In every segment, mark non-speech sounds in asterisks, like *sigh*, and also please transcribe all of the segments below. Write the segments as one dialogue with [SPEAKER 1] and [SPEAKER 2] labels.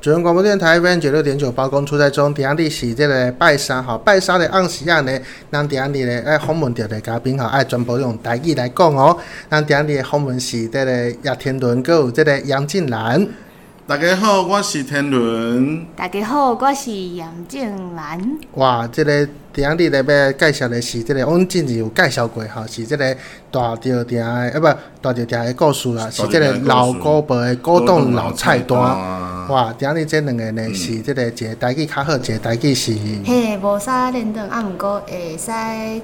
[SPEAKER 1] 主任广播电台 FM 九六点九，包公出在中，今日是这个拜三吼，拜三的暗时啊呢，咱今日咧爱访问到的呃嘉宾吼，爱全部用台语来讲哦。咱今日的访问是这个叶天伦，佮有这个杨静兰。
[SPEAKER 2] 大家好，我是天伦。
[SPEAKER 3] 大家好，我是杨静兰。
[SPEAKER 1] 哇，这个今日咧要介绍的是这个，我们之前有介绍过吼，是这个大稻埕的，啊不，大稻埕的故事啦，是这个老古伯的古董老菜单。
[SPEAKER 2] 啊，
[SPEAKER 1] 哇，今日这两个呢、是这个一个台语较好，一个台语是
[SPEAKER 3] 嘿，无啥认同，啊，毋过会使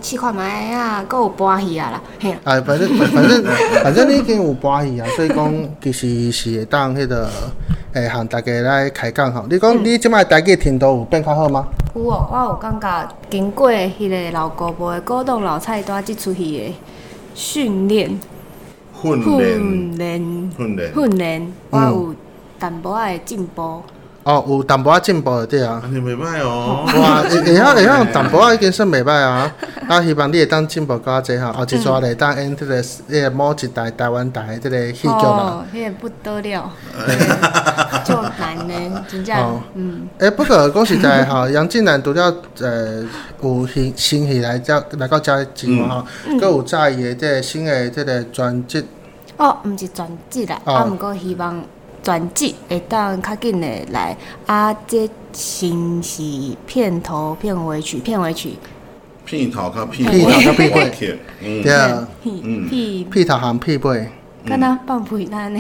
[SPEAKER 3] 试看卖啊，搁有搬戏啊啦，嘿啦，
[SPEAKER 1] 啊，反正反正反正你已经有搬戏啊，所以讲其实是会当迄个诶，向大家来开讲吼。你讲你即摆台语程度有变较好吗？
[SPEAKER 3] 有哦，我有感觉经过迄个老古婆的古董老菜单即出戏的训练、
[SPEAKER 2] 训
[SPEAKER 1] 嗯
[SPEAKER 2] 练，
[SPEAKER 3] 训练、
[SPEAKER 2] 训练。
[SPEAKER 3] 训练，我有淡薄仔的进步。
[SPEAKER 1] 哦，有淡薄仔进步就对啊
[SPEAKER 2] 啊。，你袂歹哦。
[SPEAKER 1] *laughs* 哇，会会晓会晓
[SPEAKER 2] 欸
[SPEAKER 1] 淡薄仔已经算袂歹啊。啊，希望你会当进步较济吼，后啊一逝咧当演即个迄个某呃一台台湾台即个戏剧啦。
[SPEAKER 3] 哦，迄个不得了， *laughs* 就难呢，真
[SPEAKER 1] 哦
[SPEAKER 3] 正，嗯，
[SPEAKER 1] 诶、不过讲实在的吼，杨晋南除了呃有新新戏来遮来到遮之外吼，佮有早伊的即个新的即个专辑
[SPEAKER 3] 哦，毋是全职啦，
[SPEAKER 1] 哦
[SPEAKER 3] 啊，毋过希望全职会当较紧的来，啊，这先是片头、片尾曲、片尾曲，
[SPEAKER 2] 片头较片
[SPEAKER 1] 屁头甲屁尾
[SPEAKER 2] *laughs* 尾。嗯，
[SPEAKER 1] 对啊，
[SPEAKER 3] 片片，
[SPEAKER 1] 屁头含屁尾，
[SPEAKER 3] 敢若放屁
[SPEAKER 1] *laughs*
[SPEAKER 3] 咱的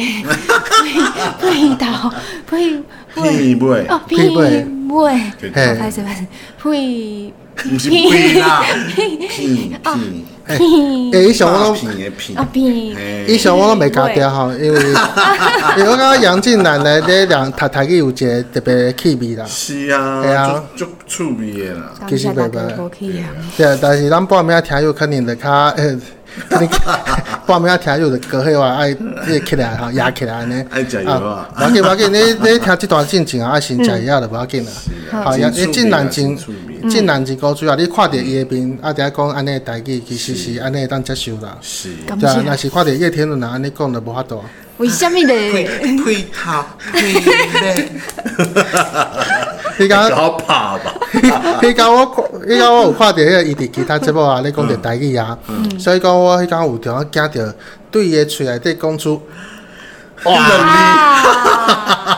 [SPEAKER 3] 屁片头屁尾，
[SPEAKER 2] 片尾，
[SPEAKER 3] 哦，
[SPEAKER 1] 屁
[SPEAKER 3] 片
[SPEAKER 1] 尾
[SPEAKER 3] 尾，哦
[SPEAKER 2] 对
[SPEAKER 3] 歹势歹势，屁
[SPEAKER 2] 毋是片啦，片
[SPEAKER 1] 哦
[SPEAKER 2] 片，
[SPEAKER 3] 片
[SPEAKER 1] 诶，伊上欸我
[SPEAKER 2] 大
[SPEAKER 1] 拢，
[SPEAKER 2] 片的片
[SPEAKER 3] 啊。片，
[SPEAKER 2] 嘿
[SPEAKER 1] 伊上我拢袂加掉吼，因为 *laughs* 因为我感觉杨晋南的咧两读台语有一个特别的气味啦，
[SPEAKER 2] 是
[SPEAKER 1] 嘿啊
[SPEAKER 2] 啊，足足趣味的啦。
[SPEAKER 3] 感
[SPEAKER 1] 其实
[SPEAKER 3] 谢大家
[SPEAKER 1] 袂歹
[SPEAKER 3] 无去啊，
[SPEAKER 1] 对啊，但是咱半暝听有肯定就较， *laughs* 呃肯定半暝听有就高迄话爱这起来吼，压起来呢。
[SPEAKER 2] 爱食药啊，
[SPEAKER 1] 无要紧，无要紧，你你听这段进程啊，爱先食药就无要紧啦。好，也你真难真
[SPEAKER 2] 真趣味，
[SPEAKER 3] 嗯
[SPEAKER 1] 真难真古锥啊！你看着伊的面，啊，定讲安尼的代志，其实是安尼会当接受啦。
[SPEAKER 2] 是。
[SPEAKER 3] 感
[SPEAKER 1] 对啊，若
[SPEAKER 3] 谢，
[SPEAKER 1] 是看着叶天伦啊，安尼讲就无法度。
[SPEAKER 3] 为什么咧？
[SPEAKER 2] 配套配
[SPEAKER 1] *laughs*
[SPEAKER 2] 嘞，
[SPEAKER 1] 迄
[SPEAKER 2] 搞
[SPEAKER 1] 个
[SPEAKER 2] 怕吧？
[SPEAKER 1] 迄个我看，迄个我有看着迄个伊伫其他节目啊，咧讲着代志啊，所以讲我迄工有条惊着，对伊的喙内底讲出
[SPEAKER 2] 哇！
[SPEAKER 3] 啊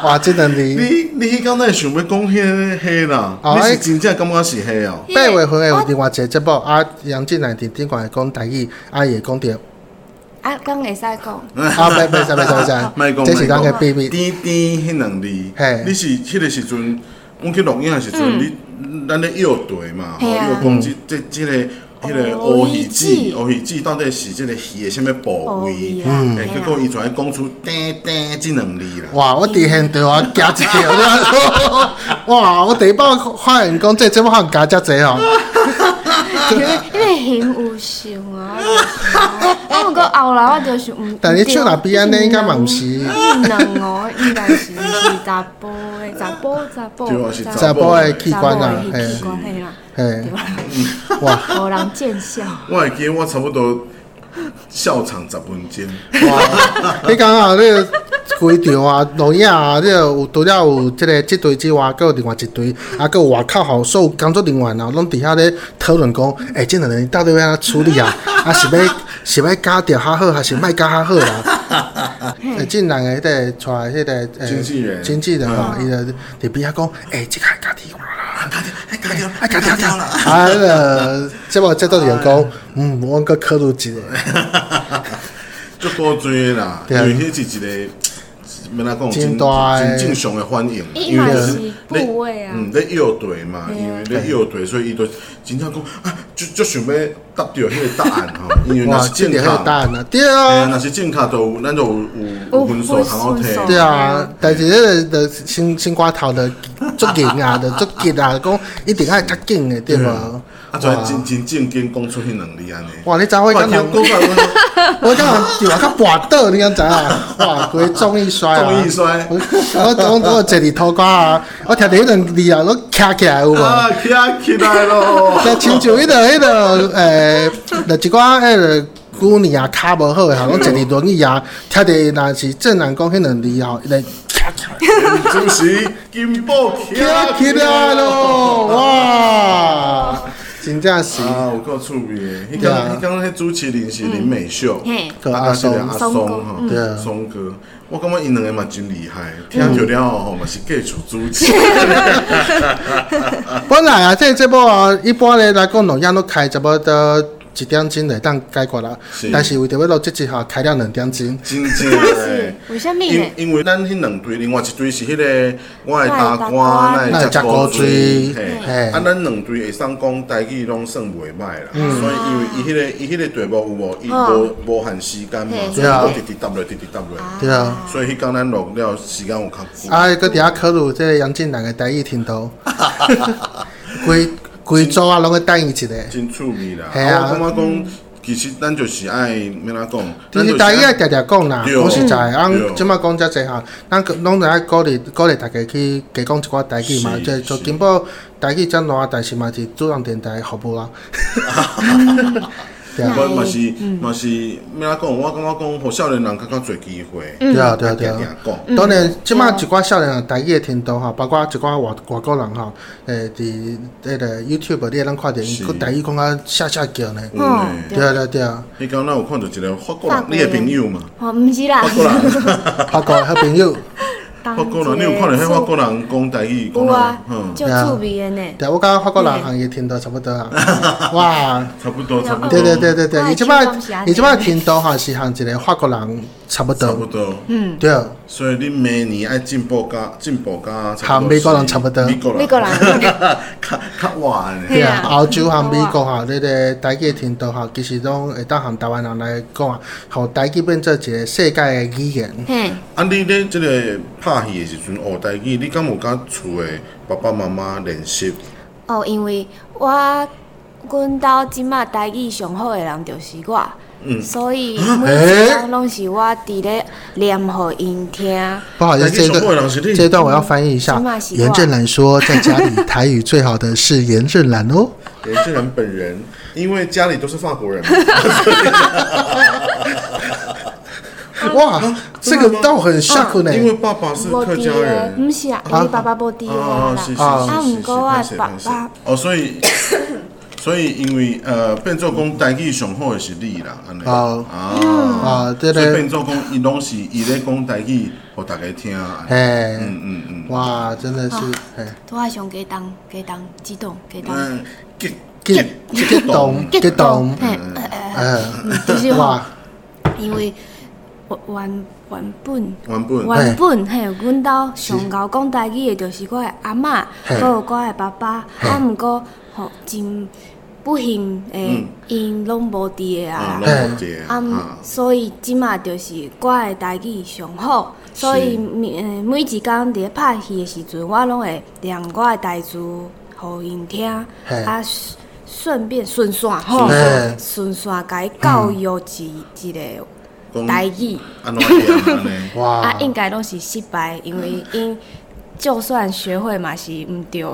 [SPEAKER 1] 哇，即两字
[SPEAKER 2] 你你迄刚才想要讲迄迄啦，
[SPEAKER 1] 哦
[SPEAKER 2] 你
[SPEAKER 1] 哎
[SPEAKER 2] 是真正感觉是迄哦？
[SPEAKER 1] 八月份的有另外一个节目啊，杨进来伫顶悬会讲代志，啊，伊会讲着
[SPEAKER 3] 啊，刚会使讲。
[SPEAKER 1] 啊，袂袂使袂使袂
[SPEAKER 2] 卖
[SPEAKER 1] 使，
[SPEAKER 2] 讲
[SPEAKER 1] 这是咱
[SPEAKER 2] 卖
[SPEAKER 1] 的
[SPEAKER 2] 讲
[SPEAKER 1] 秘密。
[SPEAKER 2] 滴滴迄两字，
[SPEAKER 1] 嘿
[SPEAKER 2] 你是迄个时阵，阮去录音的时阵，你咱咧摇队嘛，吼，
[SPEAKER 3] 嗯嘿啊
[SPEAKER 2] 摇讲即即即个迄个
[SPEAKER 3] 哦
[SPEAKER 2] 乌鱼
[SPEAKER 3] 鱼
[SPEAKER 2] 子，
[SPEAKER 3] 子
[SPEAKER 2] 乌鱼子到底是即个鱼的什物部
[SPEAKER 3] 哦
[SPEAKER 2] 位
[SPEAKER 3] 鱼？啊
[SPEAKER 2] 诶，
[SPEAKER 3] 嘿啊
[SPEAKER 2] 结果伊全部讲出叮叮即两字啦，
[SPEAKER 1] 哇！我伫现场我惊一跳，哇！我第一摆发现讲这节目通加遮济哦，
[SPEAKER 3] 因为因为型有像啊，啊，毋过后来我就想，嗯
[SPEAKER 1] 但是手若比安尼应该嘛毋是
[SPEAKER 3] 两个应该是是查甫的，查甫哦查甫
[SPEAKER 2] 对啊是
[SPEAKER 1] 查
[SPEAKER 2] 查
[SPEAKER 1] 甫
[SPEAKER 2] 甫
[SPEAKER 1] 的
[SPEAKER 2] 的
[SPEAKER 1] 器官啊，
[SPEAKER 3] 查甫的
[SPEAKER 1] 嘿
[SPEAKER 3] 器，官嘿啦，
[SPEAKER 1] 嘿，哇
[SPEAKER 3] 哇，无人见笑，
[SPEAKER 2] 我会记得我差不多笑场十分钟，
[SPEAKER 1] 哇！你讲啊，你规场啊，录影啊，你有除了有即个即队之外，还有另外一队，啊，还有外口吼所有工作人员啊，拢伫遐咧讨论讲，诶，即两个人到底要安怎处理啊？啊，是要是要加着较好，还是莫加较好啦？诶，即两个迄个出来迄个呃
[SPEAKER 2] *laughs* 经纪人啊
[SPEAKER 1] 经纪人吼，伊就伫边遐讲，诶，即个家己我啦。
[SPEAKER 2] 哎，搞掉，哎，搞掉了。
[SPEAKER 1] 啊，迄个节目制作人
[SPEAKER 2] *laughs* 哎
[SPEAKER 1] 讲，嗯，我搁考虑一下。
[SPEAKER 2] 足古锥的啦，因
[SPEAKER 1] 对啊
[SPEAKER 2] 为迄是一个，要哪讲，
[SPEAKER 1] 真大的
[SPEAKER 2] 真正常的反应，
[SPEAKER 3] 伊
[SPEAKER 2] 因为
[SPEAKER 3] 嘛
[SPEAKER 2] 就是
[SPEAKER 3] 部位啊
[SPEAKER 2] 嗯，咧摇队嘛，因为咧摇队，所以伊就真正讲啊，就就想要答到迄个答案
[SPEAKER 1] *laughs*
[SPEAKER 2] 吼，因为若
[SPEAKER 1] 哇，
[SPEAKER 2] 是
[SPEAKER 1] 这
[SPEAKER 2] 正
[SPEAKER 1] 个很答
[SPEAKER 2] 确，
[SPEAKER 1] 案啊，对
[SPEAKER 2] 哎，
[SPEAKER 1] 啊，
[SPEAKER 2] 若是正确都有，咱就有有有分数通好
[SPEAKER 3] 有分数
[SPEAKER 2] 摕
[SPEAKER 1] 对。啊。但是迄个就新新瓜头就足硬啊，就足急啊，讲一定爱较紧的，对无？
[SPEAKER 2] 啊，就真真正经讲出迄两字安尼。
[SPEAKER 1] 哇，你知我
[SPEAKER 2] 我
[SPEAKER 1] 讲
[SPEAKER 2] 听，讲到我 *laughs*
[SPEAKER 1] 我讲就话较跋倒，你敢知啊？哇，规综艺摔啊！
[SPEAKER 2] 中意衰，
[SPEAKER 1] 我我我坐伫土瓜啊，我听到迄两字啊，我徛起来有无？
[SPEAKER 2] 啊，
[SPEAKER 1] *laughs*
[SPEAKER 2] 起来起来咯， *laughs*
[SPEAKER 1] 呃就亲像迄个迄个诶，就一寡迄个骨年啊、骹无好诶，吼，拢坐伫轮椅啊，听着若是正人讲迄两字吼，伊来
[SPEAKER 2] 主席金宝起
[SPEAKER 1] 跳起来咯，哇！真正是，
[SPEAKER 2] 啊，有够趣味的。迄
[SPEAKER 1] 对啊
[SPEAKER 2] 刚迄刚迄主持人是林美秀，
[SPEAKER 3] 嘿，
[SPEAKER 1] 个
[SPEAKER 2] 啊
[SPEAKER 1] 阿松
[SPEAKER 2] 是，阿
[SPEAKER 3] 松
[SPEAKER 2] 松嗯
[SPEAKER 3] 哥
[SPEAKER 2] 哈，
[SPEAKER 1] 对啊
[SPEAKER 2] 松哥，我感觉因两个嘛真厉害，听着了吼嘛嗯是继续主持。
[SPEAKER 1] 本来啊，这个节目啊，一般咧来讲，两样都开差不多一点钟来当解决啦。
[SPEAKER 2] 是
[SPEAKER 1] 但是为着要录这集哈，开了两点钟。
[SPEAKER 2] *laughs* 真正的，
[SPEAKER 3] 为什么呢
[SPEAKER 2] 因因为咱迄两队，另外一队是迄个我的大
[SPEAKER 3] 我
[SPEAKER 2] 官，
[SPEAKER 3] 的
[SPEAKER 1] 大官
[SPEAKER 2] 水
[SPEAKER 1] 嘿
[SPEAKER 2] 嘿，啊，咱两队会上讲台语拢算袂歹啦，
[SPEAKER 1] 嗯
[SPEAKER 2] 所以因为伊迄个伊迄个题目有无，伊
[SPEAKER 3] 哦
[SPEAKER 2] 无无限时间嘛，
[SPEAKER 3] 嘿
[SPEAKER 2] 所以
[SPEAKER 1] 对
[SPEAKER 2] 我
[SPEAKER 1] 啊
[SPEAKER 2] 直直答落，直直答落，
[SPEAKER 1] 对啊，
[SPEAKER 2] 所以迄工咱录了时间有较久。
[SPEAKER 1] 啊，搁伫遐考虑这个杨进南的台语听到，规规组啊拢会等伊一个。
[SPEAKER 2] 真趣味啦！
[SPEAKER 1] 嘿啊
[SPEAKER 2] 啊我感觉讲，其实咱就是爱要哪讲，咱
[SPEAKER 1] 其
[SPEAKER 2] 就
[SPEAKER 1] 实
[SPEAKER 2] 是
[SPEAKER 1] 台语
[SPEAKER 2] 爱
[SPEAKER 1] 也常常讲啦，
[SPEAKER 2] 对
[SPEAKER 1] 讲实在的，
[SPEAKER 2] 对
[SPEAKER 1] 咱即摆讲遮济哈，咱拢在鼓励鼓励大家去加讲一寡台语嘛
[SPEAKER 2] 是。
[SPEAKER 1] 就就是根本台语遮烂，但是嘛是主人电台服务啦。对啊
[SPEAKER 2] 我嘛是嘛是要哪讲，我感觉讲，互少年人更较侪机会，
[SPEAKER 1] 对啊对啊对啊
[SPEAKER 2] 定定讲。
[SPEAKER 1] 当然，即马一寡少年人台语的听众吼，包括一寡外外国人吼，诶，伫迄个 YouTube 你会当看着
[SPEAKER 2] 是
[SPEAKER 1] 因讲台语讲啊下下叫呢。
[SPEAKER 2] 有呢
[SPEAKER 3] 嗯
[SPEAKER 1] 对啊对啊对啊，
[SPEAKER 2] 迄天咱有看到一个法国
[SPEAKER 3] 法
[SPEAKER 2] 人，
[SPEAKER 3] 国
[SPEAKER 2] 你
[SPEAKER 3] 人
[SPEAKER 2] 的朋友嘛？
[SPEAKER 3] 哦，毋是啦，
[SPEAKER 1] 法国的好朋友，
[SPEAKER 3] 当
[SPEAKER 2] 法国人，
[SPEAKER 3] 一
[SPEAKER 2] 你
[SPEAKER 3] 个
[SPEAKER 2] 有看到迄法国人讲台语？
[SPEAKER 3] 有啊
[SPEAKER 2] 讲哪，
[SPEAKER 3] 就趣味的呢。
[SPEAKER 1] 对啊，我感觉法国人行业听到差不多啊。
[SPEAKER 2] *laughs*
[SPEAKER 1] 哇！
[SPEAKER 2] 差不多，差不多，
[SPEAKER 1] 对对对，对对，
[SPEAKER 3] 我
[SPEAKER 1] 你
[SPEAKER 3] 也
[SPEAKER 1] 即
[SPEAKER 3] 希
[SPEAKER 1] 摆
[SPEAKER 3] 望是安尼
[SPEAKER 1] 你即摆听到吼是和一个法国人差不
[SPEAKER 2] 差不
[SPEAKER 1] 多，
[SPEAKER 2] 多。
[SPEAKER 3] 嗯
[SPEAKER 1] 对，
[SPEAKER 3] 啊
[SPEAKER 2] 所以你每年爱进步加进步加，
[SPEAKER 1] 和美国人差不多
[SPEAKER 2] 美国人，
[SPEAKER 3] 美国人
[SPEAKER 2] *laughs* 较较晚的。
[SPEAKER 1] 对啊，
[SPEAKER 3] 嘿啊
[SPEAKER 1] 澳洲和美国
[SPEAKER 3] 啊
[SPEAKER 1] 吼，你个台语的听到吼，其实拢会当和台湾人来讲啊，互台语变做一个世界的语言。
[SPEAKER 3] 嘿，
[SPEAKER 2] 啊，你咧即个拍戏的时阵学台语，哦你敢有甲厝的爸爸妈妈练习？
[SPEAKER 3] 哦，因为我阮兜即马台语上好的人就是我，
[SPEAKER 2] 嗯
[SPEAKER 3] 所以
[SPEAKER 2] 啊
[SPEAKER 3] 每一项拢是我伫咧念互因听。
[SPEAKER 1] 不好意思，
[SPEAKER 2] 台
[SPEAKER 1] 这
[SPEAKER 2] 语上好的人
[SPEAKER 1] 个
[SPEAKER 2] 是你
[SPEAKER 1] 这一段我要翻译一下
[SPEAKER 3] 嗯这嘛。习惯
[SPEAKER 1] 严正兰说，在家里台语最好的是严正兰哦。
[SPEAKER 2] 连这人本人，因为家里都是法国人嘛，
[SPEAKER 3] 啊
[SPEAKER 1] 哇， *laughs*
[SPEAKER 2] 啊
[SPEAKER 1] 这个倒很 shock
[SPEAKER 2] 因为
[SPEAKER 1] 呢。
[SPEAKER 2] 爸爸是
[SPEAKER 3] 无
[SPEAKER 2] 客
[SPEAKER 3] 伫
[SPEAKER 2] 家
[SPEAKER 3] 咧，
[SPEAKER 2] 人。
[SPEAKER 3] 毋是啊，因为爸爸无伫咧
[SPEAKER 2] 啊
[SPEAKER 3] 啦。
[SPEAKER 2] 是是
[SPEAKER 3] 啊
[SPEAKER 2] 是
[SPEAKER 3] 毋
[SPEAKER 2] 是，
[SPEAKER 3] 过我
[SPEAKER 2] 拍摄
[SPEAKER 3] 爸
[SPEAKER 2] 拍摄
[SPEAKER 3] 爸
[SPEAKER 2] 哦，所以所以因为呃，变做讲台语上好的是你啦，安尼
[SPEAKER 1] 哦
[SPEAKER 2] 啊，
[SPEAKER 1] 啊，对
[SPEAKER 2] 所以变
[SPEAKER 1] 对，
[SPEAKER 2] 做讲伊拢是伊咧讲台语，互大家听。
[SPEAKER 1] 哎，
[SPEAKER 2] 嗯嗯嗯，
[SPEAKER 1] 哇，真的是，哎，
[SPEAKER 3] 拄啊上加重加重激动加重，
[SPEAKER 2] 嗯，激
[SPEAKER 1] 激激动激动，
[SPEAKER 3] 嘿，哎
[SPEAKER 1] 嗯，
[SPEAKER 3] 就是吼
[SPEAKER 1] 哇。，
[SPEAKER 3] 因为我原原本。
[SPEAKER 2] 原本
[SPEAKER 3] 原本嘿，阮兜上高讲台语的，就是我的阿嬷，
[SPEAKER 1] 嘿
[SPEAKER 3] 还有我的爸爸。啊，毋过吼真不幸诶，因拢无伫
[SPEAKER 1] 嗯
[SPEAKER 3] 的
[SPEAKER 2] 啊，
[SPEAKER 3] 啊。
[SPEAKER 2] 拢有一个
[SPEAKER 3] 啊，
[SPEAKER 2] 啊，
[SPEAKER 3] 所以即马就是我的台语上好，所以每呃每一工伫咧拍戏的时阵，我拢会念我的台词互因听，
[SPEAKER 1] 嘿
[SPEAKER 3] 啊顺顺便顺线吼
[SPEAKER 1] 嘿，？
[SPEAKER 3] 顺线甲伊教育一一个
[SPEAKER 2] 讲
[SPEAKER 3] 台语。
[SPEAKER 2] 安怎念安尼
[SPEAKER 1] 哇，
[SPEAKER 3] 啊，应该拢是失败，因为因就算学会嘛是毋对。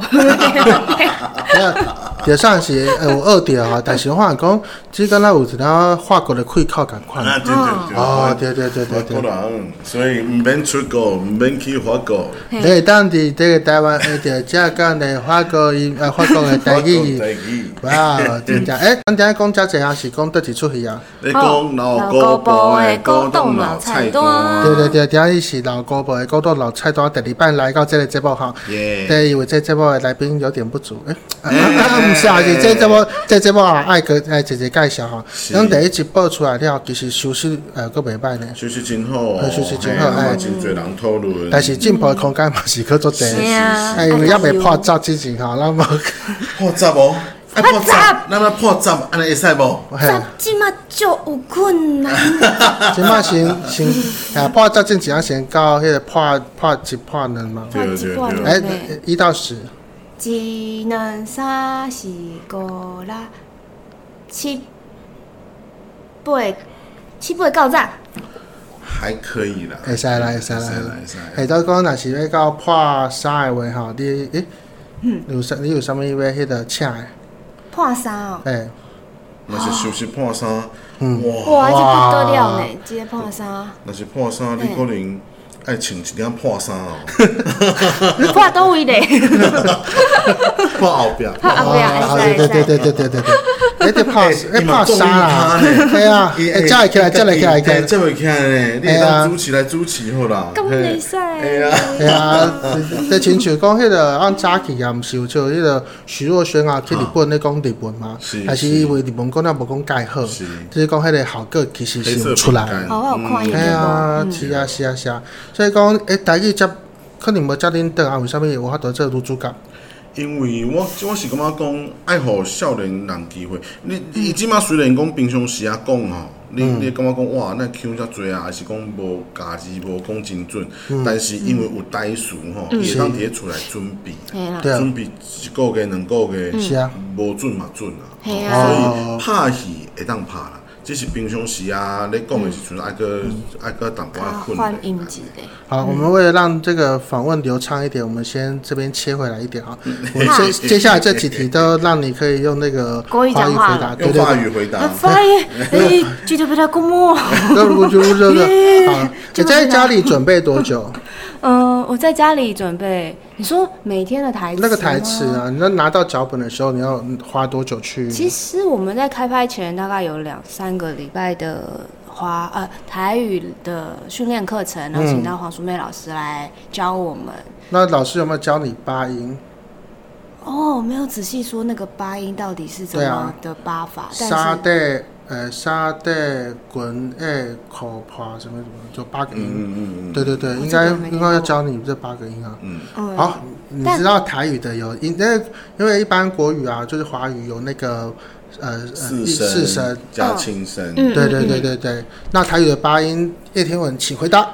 [SPEAKER 1] 就算是呃有学着哈，但是我若讲，只敢若有一点法国的开口共款。
[SPEAKER 2] 啊，对对
[SPEAKER 1] *laughs*
[SPEAKER 2] 对，
[SPEAKER 1] 哦，对对对对
[SPEAKER 2] 法国
[SPEAKER 1] 对，
[SPEAKER 2] 人，所以毋免出国，毋免去法国，
[SPEAKER 1] 你会当伫这个台湾会着浙江的法国音呃法国的台
[SPEAKER 2] 法国
[SPEAKER 1] 语
[SPEAKER 2] 台，语。
[SPEAKER 1] 哇，真正诶，咱顶下讲遮济啊，是讲倒一出戏啊？
[SPEAKER 2] 你讲老高部的高档老菜单，
[SPEAKER 1] 对对对，顶下伊是老高伯的高到老菜单，第二摆来到这个节目哈。
[SPEAKER 2] 耶，
[SPEAKER 1] 对，因为这节目的来宾有点不足，诶、啊
[SPEAKER 2] 哎
[SPEAKER 1] 啊啊，唔是啊，是这节目，这节目啊，爱个爱姐姐介绍哈，
[SPEAKER 2] 是
[SPEAKER 1] 咱第一集播出来了，其实收视呃佫袂歹呢，
[SPEAKER 2] 休息真好哦，
[SPEAKER 1] 啊休息真好
[SPEAKER 2] 嘿
[SPEAKER 1] 哎
[SPEAKER 2] 真侪人讨论，
[SPEAKER 1] 但是进步的空间嘛是佫足侪，
[SPEAKER 3] 啊
[SPEAKER 1] 哎，因为还袂
[SPEAKER 3] *laughs*
[SPEAKER 1] 破闸之前哈，咱无，
[SPEAKER 2] 破十哦，啊破十
[SPEAKER 3] 破十，
[SPEAKER 2] 咱要破十，安尼会使无？
[SPEAKER 3] 哎
[SPEAKER 1] 嘿，
[SPEAKER 3] 即嘛就有困难，
[SPEAKER 1] 即摆先先，啊破闸之前啊先到迄个破破一破两嘛，
[SPEAKER 2] 对对对
[SPEAKER 3] 一半
[SPEAKER 1] 哎
[SPEAKER 3] 了呢，
[SPEAKER 1] 一到十，
[SPEAKER 3] 一两三四五六七八七八九十，
[SPEAKER 2] 还可以啦，
[SPEAKER 1] 会使啦，会使啦，
[SPEAKER 2] 会
[SPEAKER 1] 会
[SPEAKER 2] 使
[SPEAKER 1] 使
[SPEAKER 2] 啦
[SPEAKER 1] 啦
[SPEAKER 2] 会使啦，
[SPEAKER 1] 哎，到讲若是要到破三的话哈，你诶，
[SPEAKER 3] 嗯
[SPEAKER 1] 你有啥你有啥物要迄个请的？
[SPEAKER 3] 破三哦，
[SPEAKER 1] 哎，
[SPEAKER 2] 嘛是休息破三，
[SPEAKER 1] 嗯
[SPEAKER 3] 哇，这不得了呢！这个胖衫，
[SPEAKER 2] 若是破衫，你可能爱穿一件破衫哦，
[SPEAKER 3] 破倒 *laughs* 位嘞，
[SPEAKER 2] 破后壁。
[SPEAKER 3] 破后壁
[SPEAKER 1] 啊，
[SPEAKER 3] 会
[SPEAKER 1] 对对
[SPEAKER 3] 使会
[SPEAKER 1] 对对
[SPEAKER 3] 使。
[SPEAKER 1] 对对对对，哎，这怕哎
[SPEAKER 2] *laughs* 你
[SPEAKER 1] 怕
[SPEAKER 2] 嘛中意
[SPEAKER 1] 啥啦
[SPEAKER 2] 他？呢
[SPEAKER 1] 对
[SPEAKER 2] *laughs*
[SPEAKER 1] 啊，
[SPEAKER 2] 伊
[SPEAKER 1] 哎，这会起来，这会起来，这会起
[SPEAKER 2] 这会起来呢，你
[SPEAKER 1] 哎
[SPEAKER 2] 会
[SPEAKER 1] 呀
[SPEAKER 2] 当主持来主持好啦。
[SPEAKER 3] 咁
[SPEAKER 2] 嘿
[SPEAKER 3] 会使
[SPEAKER 2] 哎哎呀，
[SPEAKER 1] 来。哎啊，这亲像讲迄个按早期也毋是有像迄个徐若瑄啊去日本咧讲日文嘛
[SPEAKER 2] 是，
[SPEAKER 1] 但是
[SPEAKER 2] 是
[SPEAKER 1] 因为日本讲了无讲介好，
[SPEAKER 2] 是
[SPEAKER 1] 就是讲迄个效果其实是有
[SPEAKER 2] 黑色
[SPEAKER 1] 出来
[SPEAKER 2] 饼
[SPEAKER 1] 的
[SPEAKER 2] 干。
[SPEAKER 3] 哦，我有看伊
[SPEAKER 2] 嗯哎
[SPEAKER 1] 系
[SPEAKER 3] 个，
[SPEAKER 1] 啊，是啊，是啊，是啊，所以讲，诶，台语接可能无遮恁长啊，为啥物有法度做女主角？
[SPEAKER 2] 因为我我是感觉讲爱互少年人机会。你你即马虽然讲平常时啊讲吼，你
[SPEAKER 1] 嗯
[SPEAKER 2] 你感觉讲哇，那腔遮多啊，还是讲无家己无讲真准，
[SPEAKER 1] 嗯
[SPEAKER 2] 但是因为有台词吼，
[SPEAKER 3] 嗯
[SPEAKER 2] 伊会当伫咧厝内准备。
[SPEAKER 3] 嘿啦，
[SPEAKER 1] 对啊
[SPEAKER 2] 准备一个月、两个月，
[SPEAKER 1] 是啊，
[SPEAKER 2] 无准嘛准啊，
[SPEAKER 3] 嘿
[SPEAKER 1] 啊
[SPEAKER 2] 所以拍戏会当拍啦，只是平常时啊，咧讲的时阵爱个
[SPEAKER 1] 嗯
[SPEAKER 2] 爱个淡薄
[SPEAKER 3] 啊，
[SPEAKER 2] 仔
[SPEAKER 3] 换
[SPEAKER 2] 困
[SPEAKER 3] 音
[SPEAKER 2] 难。
[SPEAKER 3] 质的，
[SPEAKER 1] 好，我们为了让这个访问流畅一点，我们先这边切回来一点啊。我们接接下来这几题都让你可以用那个
[SPEAKER 3] 国语
[SPEAKER 1] 华
[SPEAKER 3] 讲
[SPEAKER 1] 语
[SPEAKER 3] 话
[SPEAKER 1] 回答，对
[SPEAKER 2] 用
[SPEAKER 1] 对
[SPEAKER 2] 法
[SPEAKER 1] 对，
[SPEAKER 2] 语回答
[SPEAKER 3] 啊，，发言，哎，绝对不要过 *laughs* 目。
[SPEAKER 1] 那如果就是这个
[SPEAKER 3] 耶
[SPEAKER 1] 好，你
[SPEAKER 3] 这个
[SPEAKER 1] 在
[SPEAKER 3] 是
[SPEAKER 1] 家里准备多久？
[SPEAKER 3] 嗯，我在家里准备，你说每天的台词，
[SPEAKER 1] 那个台词。啊，你要拿到脚本的时候，你要花多久去？
[SPEAKER 3] 其实我们在开拍前大概有两三个礼拜的华呃台语的训练课程，然后请到黄淑妹老师来教我们。
[SPEAKER 1] 那老师有没有教你八音？
[SPEAKER 3] 哦，没有仔细说那个八音到底是怎
[SPEAKER 1] 对
[SPEAKER 3] 么
[SPEAKER 1] 啊
[SPEAKER 3] 的八法，
[SPEAKER 1] 沙
[SPEAKER 3] 但是
[SPEAKER 1] 袋，呃，沙袋滚诶，口爬什么什么，就八个音。
[SPEAKER 2] 嗯嗯嗯，
[SPEAKER 1] 对对对，
[SPEAKER 3] 哦
[SPEAKER 1] 应
[SPEAKER 3] 这个
[SPEAKER 1] 该
[SPEAKER 3] 我没
[SPEAKER 1] 应该
[SPEAKER 3] 听过
[SPEAKER 1] 要教你这八个音啊。
[SPEAKER 3] 嗯，
[SPEAKER 2] 呃
[SPEAKER 1] 好，你
[SPEAKER 3] 但
[SPEAKER 1] 知道台语的有因，因为因为一般国语啊，就是华语有那个呃呃
[SPEAKER 2] 四
[SPEAKER 1] 一四
[SPEAKER 2] 声
[SPEAKER 1] 声。
[SPEAKER 2] 加轻声。
[SPEAKER 3] 嗯
[SPEAKER 1] 对对对对对，那台语的八音，叶天文，请回答。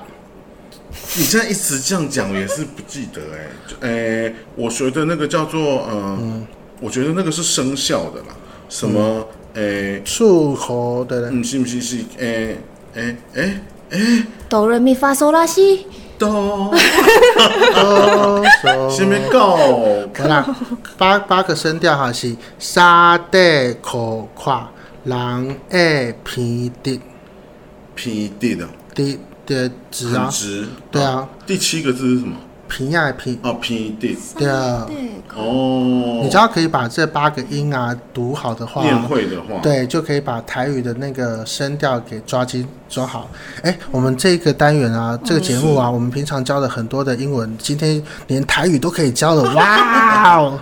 [SPEAKER 2] 你现在一直这样讲，我也是不记得哎、就哎，我学的那个叫做呃，
[SPEAKER 1] 嗯
[SPEAKER 2] 我觉得那个是生效的啦，什么
[SPEAKER 1] 嗯
[SPEAKER 2] 哎，
[SPEAKER 1] 漱口的人，
[SPEAKER 2] 嗯，是不是是哎哎哎
[SPEAKER 3] 哆瑞咪发嗦拉西，
[SPEAKER 1] *laughs*
[SPEAKER 2] 哆，
[SPEAKER 1] 哆嗦
[SPEAKER 2] 下面告。
[SPEAKER 1] 好啦，八八个声调哈是沙袋口跨狼诶鼻的
[SPEAKER 2] P D 的，
[SPEAKER 1] 的的直
[SPEAKER 2] 很
[SPEAKER 1] 啊，
[SPEAKER 2] 直。
[SPEAKER 1] 对啊。
[SPEAKER 2] 第七个字是什么？
[SPEAKER 1] 平呀平。
[SPEAKER 2] 哦，P D。
[SPEAKER 1] 对啊
[SPEAKER 3] 对，
[SPEAKER 2] 哦，
[SPEAKER 1] 你只要可以把这八个音啊读好的话，
[SPEAKER 2] 念会的话，，
[SPEAKER 1] 对，就可以把台语的那个声调给抓紧抓好。哎，我们这个单元啊，这个节目
[SPEAKER 2] 嗯
[SPEAKER 1] 啊，我们平常教了很多的英文，今天连台语都可以教了，哇
[SPEAKER 2] *laughs*
[SPEAKER 1] 哦！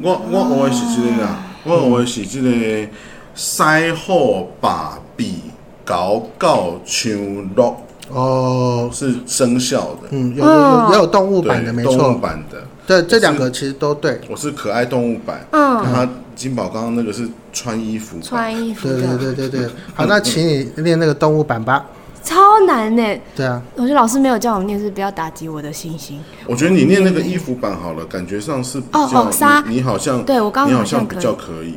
[SPEAKER 2] 我我学的是这个啦，
[SPEAKER 1] 嗯
[SPEAKER 2] 我学的是这个西后把臂搞搞秋落
[SPEAKER 1] 哦，
[SPEAKER 2] 是生效的，
[SPEAKER 1] 嗯，有有有也有动物
[SPEAKER 2] 对，
[SPEAKER 1] 版的，没
[SPEAKER 2] 动物
[SPEAKER 1] 错，
[SPEAKER 2] 版的，
[SPEAKER 1] 对，这两个其实都对，
[SPEAKER 2] 我是可爱动物版，
[SPEAKER 3] 嗯
[SPEAKER 2] 然后他金宝刚刚那个是穿衣服版，
[SPEAKER 3] 穿衣服
[SPEAKER 1] 对对
[SPEAKER 3] 的
[SPEAKER 1] 对对对。好，那请你练那个动物版吧。
[SPEAKER 3] 超难呢。
[SPEAKER 1] 对啊，
[SPEAKER 3] 我觉得老师没有叫我念，是不要打击我的信心。
[SPEAKER 2] 我觉得你念那个衣服版好了，感觉上是比
[SPEAKER 3] 哦
[SPEAKER 2] 较
[SPEAKER 3] 哦纱
[SPEAKER 2] 你你好像
[SPEAKER 3] 对我刚刚
[SPEAKER 2] 你好
[SPEAKER 3] 好像
[SPEAKER 2] 像
[SPEAKER 3] 可
[SPEAKER 2] 比
[SPEAKER 3] 以
[SPEAKER 2] 较可以，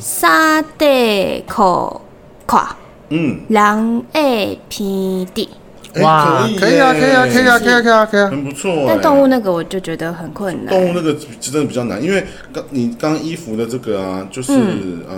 [SPEAKER 3] 沙地口跨
[SPEAKER 2] 嗯，
[SPEAKER 3] 狼诶平地，
[SPEAKER 2] 哎
[SPEAKER 1] 哇，可以啊，可以啊，可以啊，可以啊，可以啊，可以啊。
[SPEAKER 2] 很不错、欸。
[SPEAKER 3] 但动物那个我就觉得很困难。
[SPEAKER 2] 动物那个真的比较难，因为刚你刚衣服的这个啊，就是、
[SPEAKER 3] 嗯
[SPEAKER 2] 呃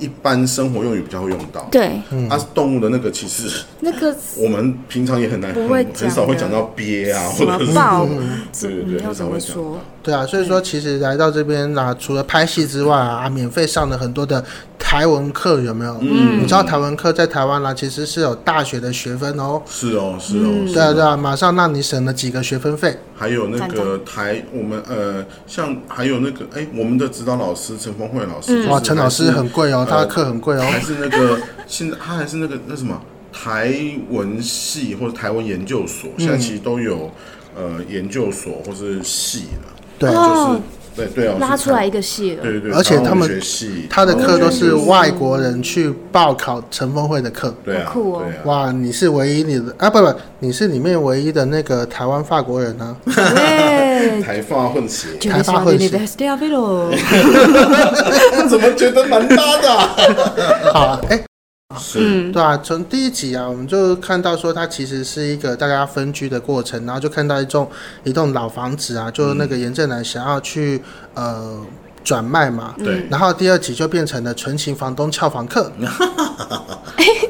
[SPEAKER 2] 一般生活用语比较会用到，
[SPEAKER 3] 对，
[SPEAKER 2] 啊动物的那个其实
[SPEAKER 3] 那个
[SPEAKER 2] 我们平常也很难
[SPEAKER 3] 不会
[SPEAKER 2] 很
[SPEAKER 3] 讲
[SPEAKER 2] 很少会
[SPEAKER 3] 的
[SPEAKER 2] 讲到鳖啊，
[SPEAKER 3] 什
[SPEAKER 2] 或
[SPEAKER 3] 么
[SPEAKER 2] 者是
[SPEAKER 3] 豹
[SPEAKER 2] 对对
[SPEAKER 3] 嗯
[SPEAKER 2] 对，
[SPEAKER 3] 要
[SPEAKER 2] 很
[SPEAKER 3] 怎
[SPEAKER 2] 少
[SPEAKER 3] 么
[SPEAKER 2] 会讲
[SPEAKER 3] 说
[SPEAKER 2] 到。？
[SPEAKER 1] 对啊，所以说其实来到这边啊，除了拍戏之外啊，啊免费上了很多的台文课，有没有？嗯，你知道台文课在台湾啦、其实是有大学的学分哦。
[SPEAKER 2] 是哦，是哦，
[SPEAKER 3] 嗯
[SPEAKER 2] 是
[SPEAKER 1] 对啊，
[SPEAKER 2] 哦
[SPEAKER 1] 对啊，马上让你省了几个学分费。
[SPEAKER 2] 还有那
[SPEAKER 3] 赞
[SPEAKER 2] 个台，我们呃，像还有那个哎，我们的指导老师陈峰慧老
[SPEAKER 3] 嗯
[SPEAKER 2] 师，
[SPEAKER 1] 哇，陈老师很贵哦，他的
[SPEAKER 2] 的
[SPEAKER 1] 课很贵哦。
[SPEAKER 2] 还是那个现在他还是那个那什么台文系或者台文研究所，
[SPEAKER 3] 嗯
[SPEAKER 2] 现在其实都有呃研究所或是系了，
[SPEAKER 1] 对，
[SPEAKER 2] 就是
[SPEAKER 3] 哦
[SPEAKER 2] 对对啊，
[SPEAKER 3] 拉
[SPEAKER 2] 是
[SPEAKER 3] 出
[SPEAKER 2] 台
[SPEAKER 3] 来一，个戏了，
[SPEAKER 2] 对对对，
[SPEAKER 1] 而且
[SPEAKER 2] 台
[SPEAKER 1] 他
[SPEAKER 2] 湾
[SPEAKER 1] 们
[SPEAKER 2] 文学系
[SPEAKER 1] 他的
[SPEAKER 2] 台湾
[SPEAKER 1] 课都
[SPEAKER 2] 研究
[SPEAKER 1] 是
[SPEAKER 2] 所
[SPEAKER 1] 外国人去报考陈峰会的课。
[SPEAKER 2] 对啊，
[SPEAKER 3] 好酷哦
[SPEAKER 2] 对啊
[SPEAKER 1] 哇，你是唯一你的啊，不不，你是里面唯一的那个台湾法国人啊。
[SPEAKER 3] 对，，
[SPEAKER 2] 台发混血
[SPEAKER 3] 绝对是要对你的 stay up 喽。
[SPEAKER 2] *laughs* 怎么觉得蛮搭的啊？
[SPEAKER 1] 好，哎，
[SPEAKER 2] *laughs*
[SPEAKER 3] 嗯
[SPEAKER 2] 是，
[SPEAKER 1] 对啊，从第一集啊，我们就看到说，它其实是一个大家分居的过程，然后就看到一栋一栋老房子啊，就是那个严正南想要去呃转卖嘛，
[SPEAKER 2] 对，
[SPEAKER 1] 然后第二集就变成了纯情房东俏房
[SPEAKER 2] *laughs*
[SPEAKER 1] 客，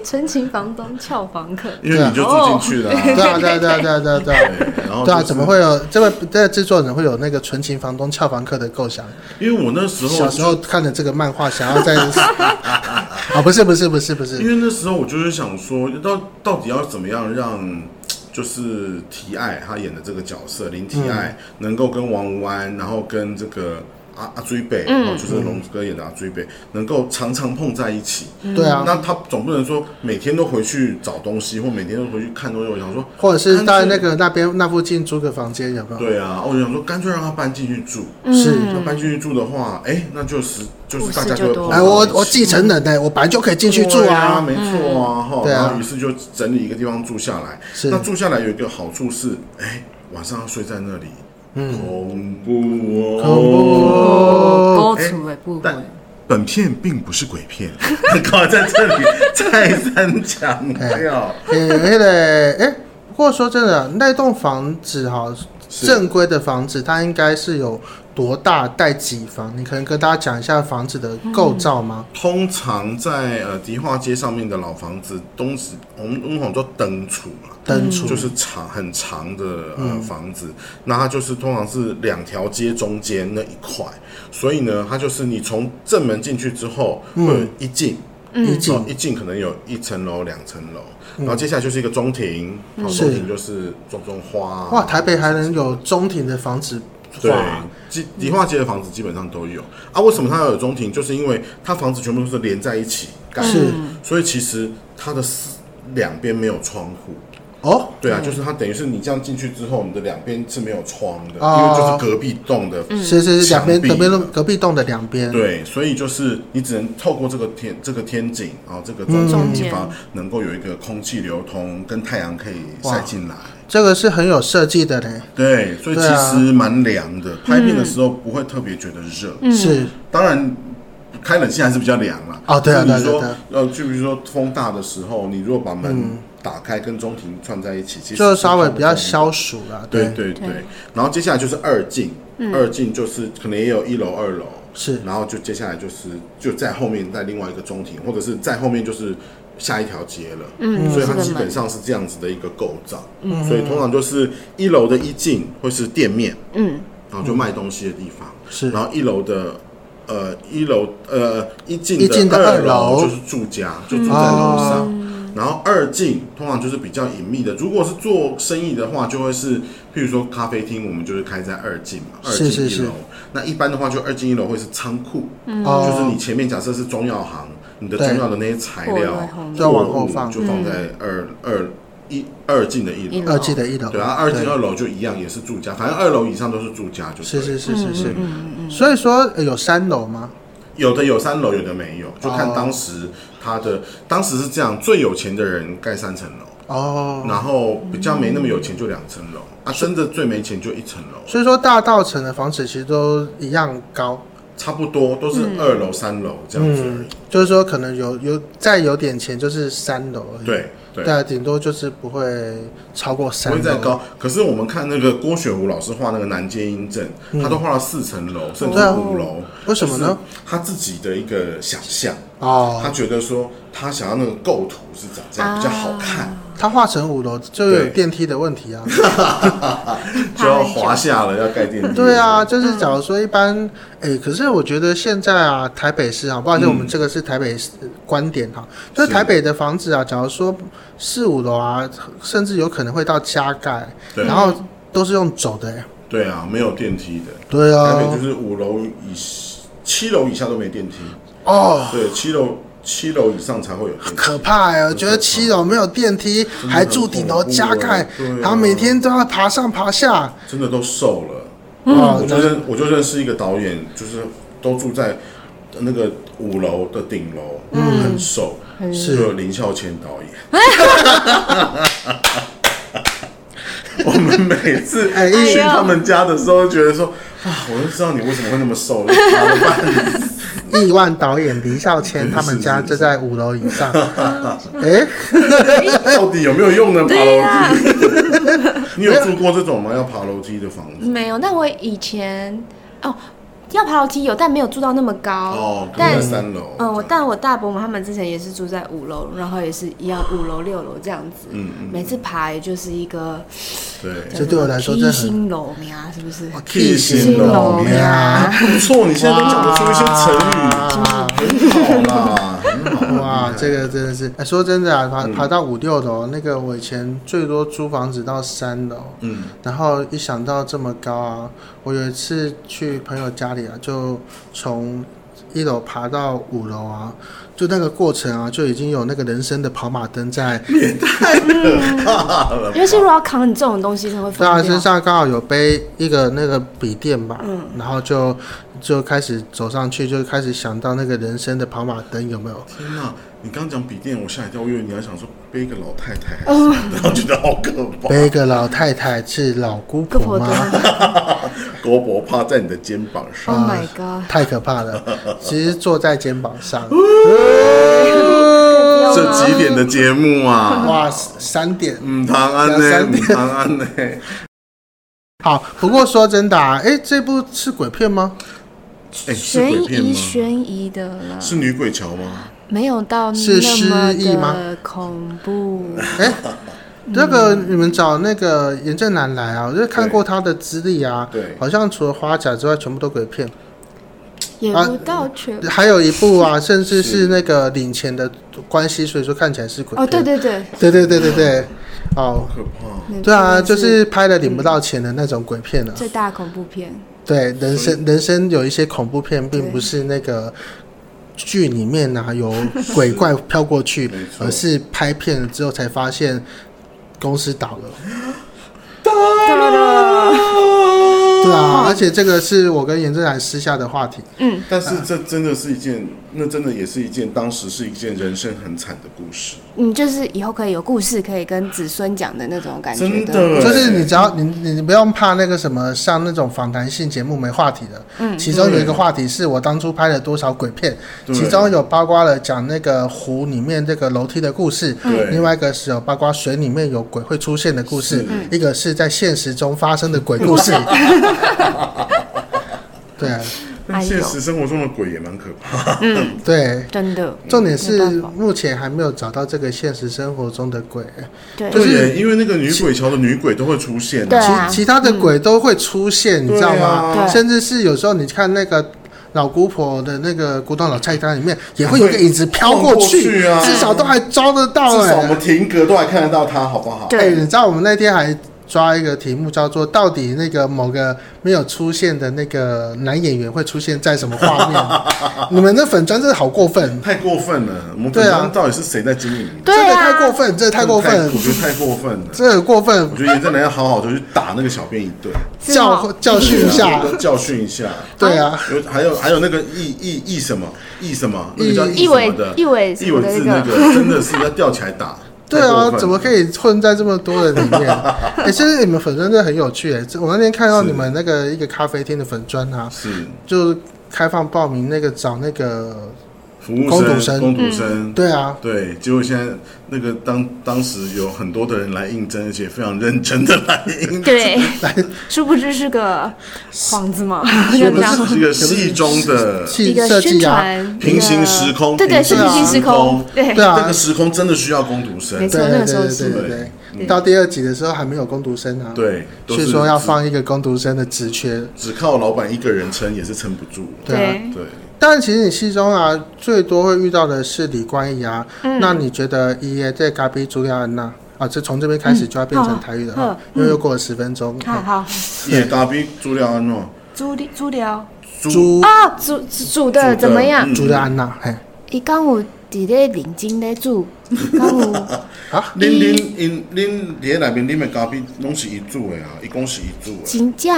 [SPEAKER 4] 纯情房东俏房客，
[SPEAKER 2] 因为你就住进去了啊、
[SPEAKER 3] 哦
[SPEAKER 1] 对啊，对啊，对啊，对啊，对啊，对啊。
[SPEAKER 2] 对，然后、就是、
[SPEAKER 1] 对啊，怎么？会有这位这个制作人会有那个纯情房东俏房客的构想？
[SPEAKER 2] 因为我那时候
[SPEAKER 1] 小时候看了这个漫画，想要
[SPEAKER 2] *laughs*
[SPEAKER 1] 在啊，不是不是不是不
[SPEAKER 2] 因
[SPEAKER 1] 是，
[SPEAKER 2] 为那时候我就是想说，到到底要怎么样让，就是提爱他演的这个角色林提
[SPEAKER 4] 嗯
[SPEAKER 2] 爱、能够跟王无安，然后跟这个阿阿追北，
[SPEAKER 4] 嗯
[SPEAKER 2] 然后就是龙子哥演的阿追北，能够常常碰在一起。
[SPEAKER 4] 嗯
[SPEAKER 1] 对啊，
[SPEAKER 2] 那他总不能说每天都回去找东西，或每天都回去看东西。我想说，
[SPEAKER 1] 或者是
[SPEAKER 2] 干脆
[SPEAKER 1] 在那个那边那附近租个房间有没有？
[SPEAKER 2] 对啊，我就想说，干脆让他搬进去住。
[SPEAKER 1] 是。
[SPEAKER 2] 他搬进去住的话，哎、那就是就是
[SPEAKER 4] 故事
[SPEAKER 2] 大家
[SPEAKER 4] 就
[SPEAKER 2] 就会
[SPEAKER 4] 多
[SPEAKER 2] 碰
[SPEAKER 4] 了
[SPEAKER 1] 哎，
[SPEAKER 2] 到
[SPEAKER 1] 我
[SPEAKER 2] 一
[SPEAKER 1] 我
[SPEAKER 2] 起
[SPEAKER 1] 继承人呢、我本来就可以进去住
[SPEAKER 2] 哦对啊，
[SPEAKER 1] 啊。
[SPEAKER 2] 没错啊，哈、
[SPEAKER 1] 对啊
[SPEAKER 2] 然后于是就整理一个地方住下来。
[SPEAKER 1] 是
[SPEAKER 2] 那住下来有一个好处是，哎，晚上要睡在那里，
[SPEAKER 1] 嗯
[SPEAKER 2] 恐怖哦。
[SPEAKER 4] 高处的部
[SPEAKER 2] 但
[SPEAKER 4] 分，
[SPEAKER 2] 本片并不是鬼片， *laughs* 搞在这里再三强调，
[SPEAKER 1] 呃，那个哎，不过说真的，那栋房子哈，
[SPEAKER 2] 是
[SPEAKER 1] 正规的房子它应该是有多大带几房？你可能跟大家讲一下房子的构造吗？
[SPEAKER 2] 通常在呃迪化街上面的老房子，东西我们我们叫灯厝嘛，
[SPEAKER 1] 灯嗯柱
[SPEAKER 2] 就是长很长的呃房子，那它就是通常是两条街中间那一块，所以呢，它就是你从正门进去之后，会有一进。
[SPEAKER 1] 嗯一
[SPEAKER 2] 哦
[SPEAKER 1] 进嗯
[SPEAKER 2] 一进可能有一层楼、两层楼，然后接下来就是一个中庭，然后中庭就是种种花。啊
[SPEAKER 1] 哇，台北还能有中庭的房子
[SPEAKER 2] 对
[SPEAKER 1] 哇，
[SPEAKER 2] 基迪化街的房子基本上都有啊。为什么它要有中庭？就是因为它房子全部都是连在一起盖的，
[SPEAKER 1] 是
[SPEAKER 2] 所以其实它的四两边没有窗户，
[SPEAKER 1] 哦？
[SPEAKER 2] 对啊，就是它等于是你这样进去之后，你的两边是没有窗的，因为
[SPEAKER 1] 哦嗯
[SPEAKER 2] 就是隔壁栋的。
[SPEAKER 1] 是是是，两边
[SPEAKER 2] 墙
[SPEAKER 1] 隔
[SPEAKER 2] 壁
[SPEAKER 1] 壁栋隔壁栋的两边，
[SPEAKER 2] 对，所以就是你只能透过这个天这个天井，然后这个中间
[SPEAKER 1] 嗯
[SPEAKER 2] 的地方，能够有一个空气流通，跟太阳可以晒进来。
[SPEAKER 1] 这个是很有设计的嘞。
[SPEAKER 2] 对，所以其
[SPEAKER 1] 对啊
[SPEAKER 2] 实蛮凉的，拍片的时候不会特别觉得热。
[SPEAKER 1] 是
[SPEAKER 2] 当然，开冷气还是比较凉啦。
[SPEAKER 1] 哦对啊
[SPEAKER 2] 就比
[SPEAKER 1] 对啊
[SPEAKER 2] 如说
[SPEAKER 1] 对啊，嗯
[SPEAKER 2] 呃，就比如说风大的时候，你如果把门打开跟中庭串在一起，其实
[SPEAKER 1] 就稍微比较
[SPEAKER 2] 消。
[SPEAKER 1] 消暑啦，
[SPEAKER 2] 对对对，嗯然后接下来就是二进，二进就是可能也有一楼、二楼，
[SPEAKER 1] 是
[SPEAKER 2] 然后就接下来就是就在后面在另外一个中庭，或者是在后面就是下一条街了，嗯，所以它基本上是这样子的一个构造，嗯，所以通常就是一楼的一进会是店面，
[SPEAKER 3] 嗯，
[SPEAKER 2] 然后就卖东西的地方，
[SPEAKER 1] 是
[SPEAKER 2] 然后一楼的。呃，一楼呃一进
[SPEAKER 1] 一进的二
[SPEAKER 2] 二
[SPEAKER 1] 楼嗯哦
[SPEAKER 2] 就是住家，就住在楼上。然后二进通常就是比较隐秘的，如果是做生意的话，就会是，譬如说咖啡厅，我们就是开在二进嘛，二
[SPEAKER 1] 是
[SPEAKER 2] 进
[SPEAKER 1] 是
[SPEAKER 2] 一
[SPEAKER 1] 是
[SPEAKER 2] 楼。那一般的话，就二进一楼会是仓库，
[SPEAKER 1] 哦
[SPEAKER 2] 就是你前面假设是中药行，你的
[SPEAKER 1] 对
[SPEAKER 2] 中药的那些材
[SPEAKER 4] 货
[SPEAKER 2] 料
[SPEAKER 4] 在后面
[SPEAKER 1] 就要往
[SPEAKER 2] 货物
[SPEAKER 1] 后放
[SPEAKER 2] 就放在二二一二进的一
[SPEAKER 4] 一
[SPEAKER 2] 楼。
[SPEAKER 4] 楼
[SPEAKER 1] 二季的一楼，
[SPEAKER 2] 对啊，二进二楼就一样，也是住家，反正二楼以上都是住家，就是
[SPEAKER 1] 是是是是，所以说呃有三楼吗？
[SPEAKER 2] 有的有三楼，有的没有，就看
[SPEAKER 1] 哦
[SPEAKER 2] 当时他的、当时是这样，最有钱的人盖三层楼。
[SPEAKER 1] 哦，嗯
[SPEAKER 2] 然后比较没那么有钱就两层楼啊，真的最没钱就一层楼，
[SPEAKER 1] 所以说大道城的房子其实都一样高，
[SPEAKER 2] 差不多都是二楼、三楼这样子而
[SPEAKER 1] 嗯
[SPEAKER 2] 已。，
[SPEAKER 1] 就是说可能有有再有点钱就是三楼而已，
[SPEAKER 2] 对
[SPEAKER 1] 对
[SPEAKER 2] 对，
[SPEAKER 1] 啊，顶多就是不会超过
[SPEAKER 2] 不
[SPEAKER 1] 三
[SPEAKER 2] 会
[SPEAKER 1] 楼，
[SPEAKER 2] 再高。可是我们看那个郭雪湖老师画那个南街音镇，他都画了四层楼，甚至
[SPEAKER 1] 对啊
[SPEAKER 2] 五楼，
[SPEAKER 1] 嗯为什么呢？
[SPEAKER 2] 他自己的一个想象，他
[SPEAKER 1] 哦，啊
[SPEAKER 2] 觉得说他想要那个构图是长这样比较好看，
[SPEAKER 1] 它画成五楼就有
[SPEAKER 2] 对
[SPEAKER 1] 电梯的问题啊。
[SPEAKER 2] 就要滑下了，要盖电梯。
[SPEAKER 1] *laughs* 对啊，，
[SPEAKER 2] 嗯
[SPEAKER 1] 就是假如说一般，哎、可是我觉得现在啊，台北市啊，不好意思，我
[SPEAKER 2] 嗯
[SPEAKER 1] 们这个是台北市呃观点哈、就是台北的房子啊，假如说四五楼啊，甚至有可能会到加盖，
[SPEAKER 2] 对
[SPEAKER 1] 然后都是用走的、哎
[SPEAKER 2] 对啊，没有电梯的，
[SPEAKER 1] 对
[SPEAKER 2] 台北
[SPEAKER 1] 啊
[SPEAKER 2] 就，是五楼以七楼以下都没电梯。
[SPEAKER 1] 哦，
[SPEAKER 2] 对，七楼七楼以上才会有电梯。
[SPEAKER 1] 可怕哎、我觉得七楼没有电梯，
[SPEAKER 2] 很
[SPEAKER 1] 还住顶楼加盖
[SPEAKER 2] 恐怖哎对啊，
[SPEAKER 1] 然后每天都要爬上爬下，
[SPEAKER 2] 真的都瘦了。
[SPEAKER 1] 哦
[SPEAKER 2] 我就认我就认识一个导演，就是都住在那个五楼的顶楼，
[SPEAKER 1] 嗯
[SPEAKER 2] 很瘦，
[SPEAKER 1] 是
[SPEAKER 2] 就林孝谦导演。
[SPEAKER 1] *laughs*
[SPEAKER 2] 我们每次
[SPEAKER 1] 哎
[SPEAKER 2] 去他们家的时候，觉得说啊，我就知道你为什么会那么瘦，他的
[SPEAKER 1] *laughs*
[SPEAKER 2] 半
[SPEAKER 1] 亿万导演林孝谦他们家就在五楼以
[SPEAKER 2] *laughs*
[SPEAKER 1] 上，哎、
[SPEAKER 2] 到底有没有用呢？爬楼梯，
[SPEAKER 3] 嗯
[SPEAKER 2] 你有住过这种吗？要爬楼梯的房子？
[SPEAKER 4] 没有，那我以前哦，
[SPEAKER 3] 要爬楼梯有，但没有住到那么高。
[SPEAKER 2] 哦，住
[SPEAKER 3] 但
[SPEAKER 2] 在三楼。
[SPEAKER 3] 嗯，我但我大伯母他们之前也是住在五楼，然后也是一样五楼六楼这样子。
[SPEAKER 2] 嗯嗯
[SPEAKER 3] 每次爬也就是一个，
[SPEAKER 2] 对，
[SPEAKER 1] 这对我来说真
[SPEAKER 3] 叫
[SPEAKER 1] 的
[SPEAKER 3] 什
[SPEAKER 1] 很
[SPEAKER 3] 么披星楼呀，是不是？
[SPEAKER 2] 气
[SPEAKER 1] 心
[SPEAKER 2] 心
[SPEAKER 1] 肉
[SPEAKER 2] 肉
[SPEAKER 1] 面
[SPEAKER 2] 面
[SPEAKER 1] 啊
[SPEAKER 2] 啊，不错，你现在都讲得出一些成语，
[SPEAKER 1] 哇
[SPEAKER 2] 很好啦，很好啦。
[SPEAKER 1] *laughs* 哇，这个真的是，哎，说真的啊，爬爬到五六楼，那个我以前最多租房子到三楼，
[SPEAKER 2] 嗯，
[SPEAKER 1] 然后一想到这么高啊，我有一次去朋友家里啊，就从一楼爬到五楼啊，就那个过程啊，就已经有那个人生的跑马灯在，
[SPEAKER 3] 因为是如果要扛很重的东西，它会
[SPEAKER 1] 对啊，
[SPEAKER 3] 放
[SPEAKER 1] 身
[SPEAKER 3] 掉。
[SPEAKER 1] 上刚好有嗯背一个那个笔电吧，然后就就开始走上去，就开始想到那个人生的跑马灯有没有？
[SPEAKER 2] 天哪！你刚讲笔电，我吓一跳，我以为你要想说背一个老太太还是什么的，然后觉得好可怕。
[SPEAKER 1] 背个老太太是老姑
[SPEAKER 3] 个
[SPEAKER 1] 婆
[SPEAKER 3] 婆
[SPEAKER 1] 吗
[SPEAKER 2] 国
[SPEAKER 3] 多？
[SPEAKER 2] 博趴在你的肩膀
[SPEAKER 4] ，Oh
[SPEAKER 2] 上，
[SPEAKER 4] my god！
[SPEAKER 1] 太可怕了，其实坐在肩膀上，
[SPEAKER 2] 这几点的节目啊？
[SPEAKER 1] 哇，三点。
[SPEAKER 2] 嗯，唐安
[SPEAKER 1] 两
[SPEAKER 2] 呢？
[SPEAKER 1] 三
[SPEAKER 2] 嗯
[SPEAKER 1] 点
[SPEAKER 2] 唐安呢？
[SPEAKER 1] 好，不过说真的啊，哎，这部是鬼片吗？
[SPEAKER 2] 哎，是
[SPEAKER 4] 悬
[SPEAKER 2] 鬼片吗
[SPEAKER 4] 疑？悬疑的啦，
[SPEAKER 2] 是女鬼桥吗？
[SPEAKER 4] 没有到
[SPEAKER 1] 是失
[SPEAKER 4] 那么
[SPEAKER 1] 忆吗
[SPEAKER 4] 的恐怖。
[SPEAKER 1] 哎，那个你们找那个严正南来啊，我就看过他的资历啊，
[SPEAKER 2] 对
[SPEAKER 1] 好像除了花甲之外，全部都鬼片，
[SPEAKER 4] 也
[SPEAKER 1] 啊
[SPEAKER 4] 不到全、
[SPEAKER 1] 还有一部啊，甚至是那个领钱的关系，所以说看起来是鬼片。
[SPEAKER 4] 哦，对对对，
[SPEAKER 1] 对对对对对，哦，
[SPEAKER 2] 可怕！
[SPEAKER 4] 那
[SPEAKER 1] 对啊，
[SPEAKER 4] 真的
[SPEAKER 1] 就是拍了领不到钱的那种鬼片啊。
[SPEAKER 4] 最大的恐怖片，
[SPEAKER 1] 对，人生人生有一些恐怖片，并不是那个剧里面呐、有鬼怪飘过去
[SPEAKER 2] 没，错
[SPEAKER 1] 而是拍片了之后才发现公司倒了。对啊，而且这个是我跟严正然私下的话题。
[SPEAKER 2] 但是这真的是一件，那真的也是一件，当时是一件人生很惨的故事。
[SPEAKER 3] 嗯，就是以后可以有故事可以跟子孙讲的那种感觉
[SPEAKER 2] 真的对
[SPEAKER 1] 就是你只要你你你不用怕那个什么，像那种访谈性节目没话题的。嗯，其中有一个话题是我当初拍了多少鬼片，
[SPEAKER 2] 对
[SPEAKER 1] 其中有包括了讲那个湖里面这个楼梯的故事，
[SPEAKER 2] 对
[SPEAKER 1] 另外一个是有包括水里面有鬼会出现的故事
[SPEAKER 2] 是，
[SPEAKER 1] 一个是在现实中发生的鬼故
[SPEAKER 2] *laughs*
[SPEAKER 1] 事。 *laughs* 对啊
[SPEAKER 3] 哎
[SPEAKER 2] 但
[SPEAKER 3] 哦
[SPEAKER 2] 现实生活中的鬼也蛮可怕。
[SPEAKER 1] 对，
[SPEAKER 3] 真的，
[SPEAKER 1] 重点是
[SPEAKER 3] 没办法
[SPEAKER 1] 目前还没有找到这个现实生活中的鬼。
[SPEAKER 3] 对，
[SPEAKER 1] 啊
[SPEAKER 2] 对耶，因为那个女鬼桥的女鬼都会出现、
[SPEAKER 3] 对
[SPEAKER 1] 其
[SPEAKER 3] 啊
[SPEAKER 1] 其他的鬼都会出现，你知道吗？
[SPEAKER 2] 对
[SPEAKER 3] 啊对
[SPEAKER 1] 甚至是有时候你看那个老姑婆的那个古董老菜单里面，也会有个影子飘过
[SPEAKER 2] 晃过去啊
[SPEAKER 1] 至少都还抓得到
[SPEAKER 2] 至
[SPEAKER 1] 哎、
[SPEAKER 2] 少我们停格都还看得到她，好不好？
[SPEAKER 1] 哎、你
[SPEAKER 3] 对
[SPEAKER 1] 知道我们那天还抓一个题目叫做“到底那个某个没有出现的那个男演员会出现在什么画
[SPEAKER 2] *laughs*
[SPEAKER 1] 面？”你们的粉砖真的好过分，
[SPEAKER 2] 太过分了！我们
[SPEAKER 1] 对
[SPEAKER 2] 本
[SPEAKER 1] 啊
[SPEAKER 2] 章到底是谁在经营？
[SPEAKER 1] 真
[SPEAKER 3] 对
[SPEAKER 1] 的
[SPEAKER 3] 啊，
[SPEAKER 1] 太过分，真的太过分
[SPEAKER 2] 我，觉得太过分了。
[SPEAKER 1] 真的过分
[SPEAKER 2] 我，觉得严正南要好好的去打那个小便一顿，
[SPEAKER 3] 是吗
[SPEAKER 1] 教教 *laughs* 训一下，
[SPEAKER 3] *laughs*
[SPEAKER 2] 教训一下。
[SPEAKER 1] 对啊。
[SPEAKER 2] 有还有还有那个易易易什么易什么，那个叫
[SPEAKER 1] 易
[SPEAKER 2] 易
[SPEAKER 3] 一
[SPEAKER 2] 什
[SPEAKER 3] 尾
[SPEAKER 2] 么的，
[SPEAKER 3] 一尾
[SPEAKER 2] 易尾字那
[SPEAKER 3] 个，
[SPEAKER 2] *laughs* 个真的是要吊起来打。
[SPEAKER 1] 对
[SPEAKER 2] 太过
[SPEAKER 1] 啊
[SPEAKER 2] 分，了
[SPEAKER 1] 怎么可以混在这么多人里
[SPEAKER 2] *laughs*
[SPEAKER 1] 面？哎、其实你们粉砖真的很有趣哎、这我那天看到你们那个一个咖啡厅的粉砖啊，
[SPEAKER 2] 是
[SPEAKER 1] 就开放报名那个找那个，
[SPEAKER 2] 服务
[SPEAKER 1] 工读生
[SPEAKER 2] 生、工读生？
[SPEAKER 1] 对啊，
[SPEAKER 2] 对，结果现在那个当当时有很多的人来应征，而且非常认真的来应
[SPEAKER 1] *laughs*
[SPEAKER 2] *laughs* 征。
[SPEAKER 3] 对，殊不知是个幌子嘛，
[SPEAKER 2] 我
[SPEAKER 3] 就这
[SPEAKER 2] 们
[SPEAKER 3] 样，
[SPEAKER 2] 是一个戏中
[SPEAKER 1] *laughs*
[SPEAKER 2] 的
[SPEAKER 1] 是
[SPEAKER 3] 一个
[SPEAKER 1] 设
[SPEAKER 3] 宣
[SPEAKER 1] 计啊，
[SPEAKER 3] 传，
[SPEAKER 2] 平行时空，
[SPEAKER 3] 对对，是平行时空，对
[SPEAKER 1] 对啊
[SPEAKER 3] *laughs*
[SPEAKER 2] 那个时空真的需要工读生
[SPEAKER 3] 没，
[SPEAKER 1] 对
[SPEAKER 3] 错
[SPEAKER 1] 对
[SPEAKER 3] 那个时候
[SPEAKER 1] 对对
[SPEAKER 3] 是
[SPEAKER 1] 对对对，到第二集的时候还没有攻读生啊，，
[SPEAKER 2] 嗯对，都
[SPEAKER 1] 所
[SPEAKER 2] 是
[SPEAKER 1] 以说要
[SPEAKER 2] 只
[SPEAKER 1] 放一个攻读生的职缺。
[SPEAKER 2] 只靠老板一个人撑也是撑不住。
[SPEAKER 1] 对啊
[SPEAKER 3] 对
[SPEAKER 2] 对，
[SPEAKER 1] 但其实你戏中啊，最多会遇到的是李冠毅啊。
[SPEAKER 3] 嗯
[SPEAKER 1] 那你觉得伊耶在咖啡朱亚安娜啊？这从这边开始就要变成
[SPEAKER 3] 嗯好
[SPEAKER 1] 台语了
[SPEAKER 3] 好嗯
[SPEAKER 1] 啊，因为又过了十分钟。
[SPEAKER 3] 好好，
[SPEAKER 2] 也打比朱良安诺，
[SPEAKER 3] 猪的猪疗
[SPEAKER 1] 朱
[SPEAKER 3] 啊，煮煮的怎么样？
[SPEAKER 1] 朱亚安娜，嘿，
[SPEAKER 3] 伊敢有伫咧认真咧煮，敢有
[SPEAKER 1] 嗯
[SPEAKER 2] 恁恁因恁伫内面恁的咖啡拢是伊煮的啊，伊讲是伊煮的。
[SPEAKER 3] 真正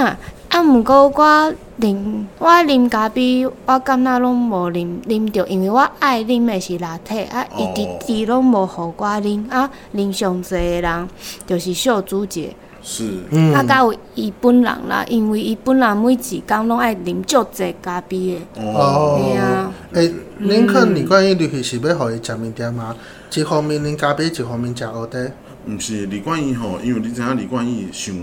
[SPEAKER 3] 啊，毋过我啉我啉咖啡，我感觉拢无啉啉着，因为我爱啉的是拿铁，啊，伊
[SPEAKER 2] 哦
[SPEAKER 3] 直直拢无互我啉，啊，啉上济的人就是小朱姐，
[SPEAKER 2] 是，
[SPEAKER 1] 嗯
[SPEAKER 3] 啊，甲有伊本人啦，因为伊本人每一工拢爱啉足济咖啡的，
[SPEAKER 2] 哦，
[SPEAKER 1] 哦
[SPEAKER 3] 对啊，
[SPEAKER 1] 诶，恁看李冠毅入去是要互伊食物件嘛？一方面恁咖啡，一方面食蚵嗲。
[SPEAKER 2] 毋是李冠毅吼，因为你知影李冠毅伤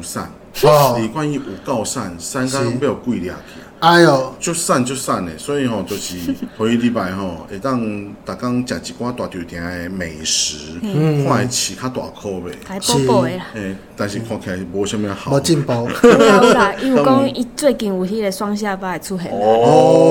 [SPEAKER 2] 瘦，
[SPEAKER 1] 哦
[SPEAKER 2] 李冠毅有够瘦，瘦到
[SPEAKER 1] 是
[SPEAKER 2] 要有鬼掠去。啊
[SPEAKER 1] 哎哟，
[SPEAKER 2] 就散就散的，所以吼、就是
[SPEAKER 1] *laughs*
[SPEAKER 2] 回礼拜吼，会当逐工食一寡大酒店的美食，
[SPEAKER 1] 嗯
[SPEAKER 2] 看会饲较大口未？
[SPEAKER 4] 台宝宝的啦，
[SPEAKER 2] 诶、但是看起来无啥物好
[SPEAKER 1] 无。进步
[SPEAKER 4] 有
[SPEAKER 1] *laughs*
[SPEAKER 4] 啦，伊有讲伊最近有迄个双下巴的出现，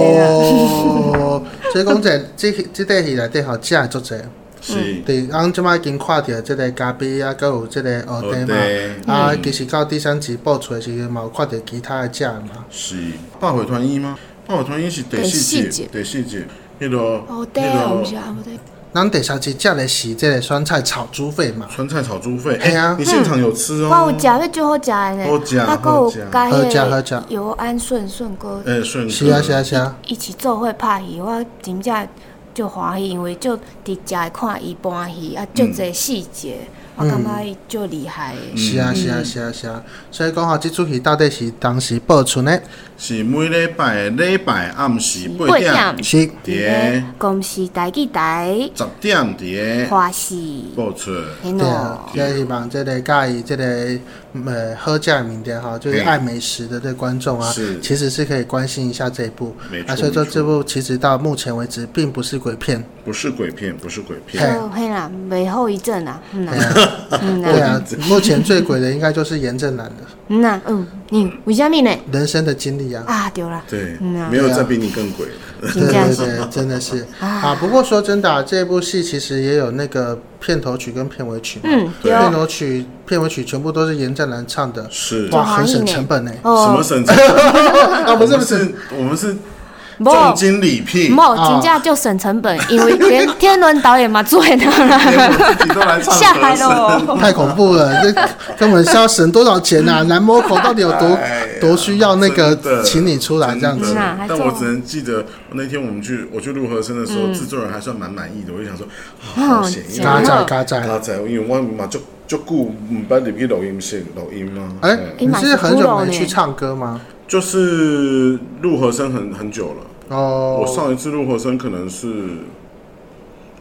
[SPEAKER 1] 哦。所以讲，这这这块戏内底吼，食的足侪。
[SPEAKER 2] 是，
[SPEAKER 1] 嗯对，咱即摆已经看着即个咖啡啊，佮有即个蚵仔嘛，啊，其实到第三集播出的时阵嘛，有看着其他的食的嘛。
[SPEAKER 2] 是八回团一吗？八回团一是第四
[SPEAKER 4] 第四集
[SPEAKER 2] 集，第四集，迄个
[SPEAKER 3] 哦，对啊，毋
[SPEAKER 2] 迄
[SPEAKER 3] 是
[SPEAKER 2] 个
[SPEAKER 3] 啊，
[SPEAKER 1] 嗯
[SPEAKER 3] 对，
[SPEAKER 1] 咱第三集食的是即个酸菜炒猪肺嘛，
[SPEAKER 2] 川菜炒猪肺，哎
[SPEAKER 1] 嘿啊
[SPEAKER 2] 诶你现场有吃
[SPEAKER 3] 嗯我
[SPEAKER 2] 哦
[SPEAKER 3] 有食，？迄最好食的呢，
[SPEAKER 2] 好食
[SPEAKER 3] 啊，搁有加
[SPEAKER 1] 好食好
[SPEAKER 3] 迄
[SPEAKER 1] 食
[SPEAKER 3] 个油安顺顺哥
[SPEAKER 2] 诶，顺
[SPEAKER 1] 是啊是
[SPEAKER 2] 啊，
[SPEAKER 1] 啊是啊，
[SPEAKER 3] 一起做伙拍戏，我真正就欢喜，因为就伫遮看伊搬戏啊，
[SPEAKER 1] 嗯
[SPEAKER 3] 足侪细节，我感觉伊足厉害的。
[SPEAKER 1] 是啊是啊是啊是啊。所以讲吼，即出戏到底是当时播出呢？
[SPEAKER 2] 是每礼拜的礼拜暗时八
[SPEAKER 3] 八
[SPEAKER 2] 点，
[SPEAKER 3] 点
[SPEAKER 1] 是
[SPEAKER 2] 伫
[SPEAKER 3] 诶
[SPEAKER 2] 诶，
[SPEAKER 3] 公司台记台
[SPEAKER 2] 十点伫诶
[SPEAKER 3] 花戏，
[SPEAKER 2] 播出，
[SPEAKER 3] 嘿
[SPEAKER 1] 对啊
[SPEAKER 3] 喏，，
[SPEAKER 1] 也希望这个介意这个嗯呃喝价名的哈，就是爱美食的这观众啊
[SPEAKER 2] 是，
[SPEAKER 1] 其实是可以关心一下这一部
[SPEAKER 2] 没。错
[SPEAKER 1] 啊，所以说
[SPEAKER 2] 没错
[SPEAKER 1] 这部其实到目前为止并不是鬼片，
[SPEAKER 2] 不是鬼片，不是鬼
[SPEAKER 1] *laughs*
[SPEAKER 2] 片，
[SPEAKER 3] 就嘿啦，袂后遗症啦，嗯啦，嗯
[SPEAKER 1] 啊对
[SPEAKER 3] 啦，
[SPEAKER 1] 啊，目前最鬼的应该就是严正男的
[SPEAKER 3] 嗯啦，嗯，你为虾米呢？
[SPEAKER 1] 人生的经历啊。
[SPEAKER 3] 啊，对啦，
[SPEAKER 2] 对，
[SPEAKER 3] 嗯啊
[SPEAKER 2] 没有再比你更鬼了。 *laughs*
[SPEAKER 1] 对
[SPEAKER 3] 真
[SPEAKER 1] 对
[SPEAKER 3] 正是
[SPEAKER 1] 对，真的是啊。不过说真的啊、这部戏其实也有那个片头曲跟片尾曲嘛。
[SPEAKER 3] 嗯
[SPEAKER 2] 对
[SPEAKER 1] 片头曲、片尾曲全部都是严正南唱的，
[SPEAKER 2] 是
[SPEAKER 1] 哇，
[SPEAKER 2] 什
[SPEAKER 1] 很省成本呢。
[SPEAKER 2] 么
[SPEAKER 3] 哦，
[SPEAKER 2] 省钱？
[SPEAKER 1] *laughs* 啊，不
[SPEAKER 2] 我
[SPEAKER 1] 是
[SPEAKER 2] 们
[SPEAKER 1] 不是，
[SPEAKER 2] 是，我们是重
[SPEAKER 3] 无。
[SPEAKER 2] 金礼聘，连
[SPEAKER 1] 哦
[SPEAKER 3] 无，真正就省成本，因为连天伦导演嘛做他啦，
[SPEAKER 1] *laughs*
[SPEAKER 2] 我自己都来
[SPEAKER 3] *laughs*
[SPEAKER 2] 唱
[SPEAKER 3] 下海
[SPEAKER 2] 和声。
[SPEAKER 3] 喽。
[SPEAKER 1] 太恐怖了，这根本是要省多少钱啊？南摩口到底有多
[SPEAKER 2] *laughs* 哎呀
[SPEAKER 1] 多需要那个
[SPEAKER 2] 真的
[SPEAKER 1] 请你出来这样
[SPEAKER 2] 真
[SPEAKER 1] 子
[SPEAKER 2] 的
[SPEAKER 3] 嗯？啊还
[SPEAKER 2] 但
[SPEAKER 3] 做
[SPEAKER 2] 我只能记得那天我们去我去录和声的时候，制作人还算蛮满意的。我就想说，啊好险，因为
[SPEAKER 1] 嘎
[SPEAKER 3] 嗯
[SPEAKER 1] 仔嘎仔，哎
[SPEAKER 2] 他在，因为我嘛足足久唔捌入去录音室录音嘛。
[SPEAKER 1] 哎
[SPEAKER 2] 嗯，
[SPEAKER 1] 哦你是很久没去唱歌吗？
[SPEAKER 2] 就是录和声很很久了。我
[SPEAKER 1] 哦，
[SPEAKER 2] 上一次录和声可能是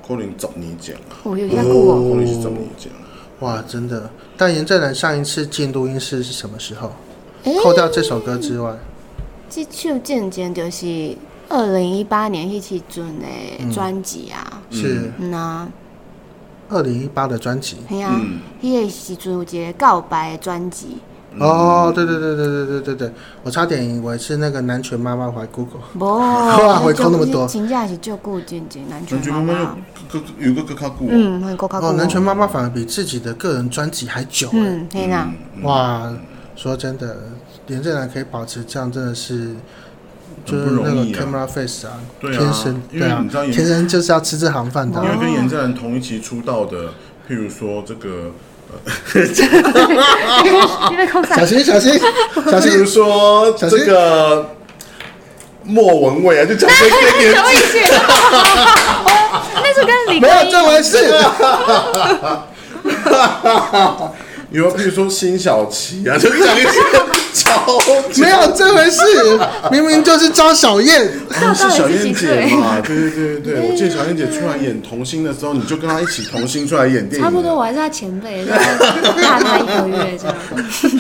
[SPEAKER 2] 可能十年前啊，
[SPEAKER 3] 我有点久哦，
[SPEAKER 2] 可能是十年前啊。
[SPEAKER 1] 哇，真的。但严正南上一次进录音室是什么时候？
[SPEAKER 3] 诶
[SPEAKER 1] 扣掉这首歌之外，
[SPEAKER 3] 这首渐渐就是二零一八年迄时阵的专辑啊，
[SPEAKER 1] 是
[SPEAKER 3] 嗯啊，
[SPEAKER 1] 二零一八的专辑。
[SPEAKER 3] 嘿啊，迄个时阵有一个告白的专辑，
[SPEAKER 2] 嗯
[SPEAKER 1] 哦，对对对对对对对对，我差点以为是那个南拳妈妈怀 Google。
[SPEAKER 3] 无，
[SPEAKER 1] 哇回扣那么多
[SPEAKER 3] 真正是照顾渐渐南拳
[SPEAKER 2] 南拳妈
[SPEAKER 3] 妈
[SPEAKER 2] 妈
[SPEAKER 3] 妈，
[SPEAKER 2] 又个有个个卡古，
[SPEAKER 3] 嗯，很够靠
[SPEAKER 1] 哦，
[SPEAKER 3] 顾
[SPEAKER 1] 南拳妈妈反而比自己的个人专辑还久哎、
[SPEAKER 3] 嗯，嘿啦，
[SPEAKER 1] 哇，
[SPEAKER 2] 嗯
[SPEAKER 1] 说真的，连正南可以保持这样，真的是。就
[SPEAKER 2] 很
[SPEAKER 1] 是
[SPEAKER 2] 不容
[SPEAKER 1] 那个
[SPEAKER 2] 易啊
[SPEAKER 1] camera face 啊，
[SPEAKER 2] 对啊
[SPEAKER 1] 天生
[SPEAKER 2] 因为
[SPEAKER 1] 对啊
[SPEAKER 2] 你知道，也
[SPEAKER 1] 天生就是要吃这行饭的
[SPEAKER 2] 因
[SPEAKER 1] 啊。
[SPEAKER 2] 为跟严正然同一期出道的，譬如说这个，
[SPEAKER 4] 因为空
[SPEAKER 1] 小心小
[SPEAKER 2] *laughs*
[SPEAKER 1] 心小
[SPEAKER 2] 譬
[SPEAKER 1] 心！
[SPEAKER 2] 如说
[SPEAKER 1] 小心
[SPEAKER 2] 这个莫文蔚啊，就讲这个
[SPEAKER 1] *laughs*
[SPEAKER 2] 年纪，
[SPEAKER 3] 哦
[SPEAKER 4] 那是跟李
[SPEAKER 1] 没
[SPEAKER 4] 克
[SPEAKER 1] 有这回事，
[SPEAKER 2] 啊有譬如说辛晓琪啊，就讲一些超级
[SPEAKER 1] 没有这回事，明明就是张小
[SPEAKER 2] *laughs*
[SPEAKER 1] 燕。
[SPEAKER 2] 哦是小燕姐嘛，对对对对对，我记得小燕姐出来演童星的时候，你就跟她一起童星出来演电影，
[SPEAKER 4] 差不多，我还是他前辈，大他一个月这样。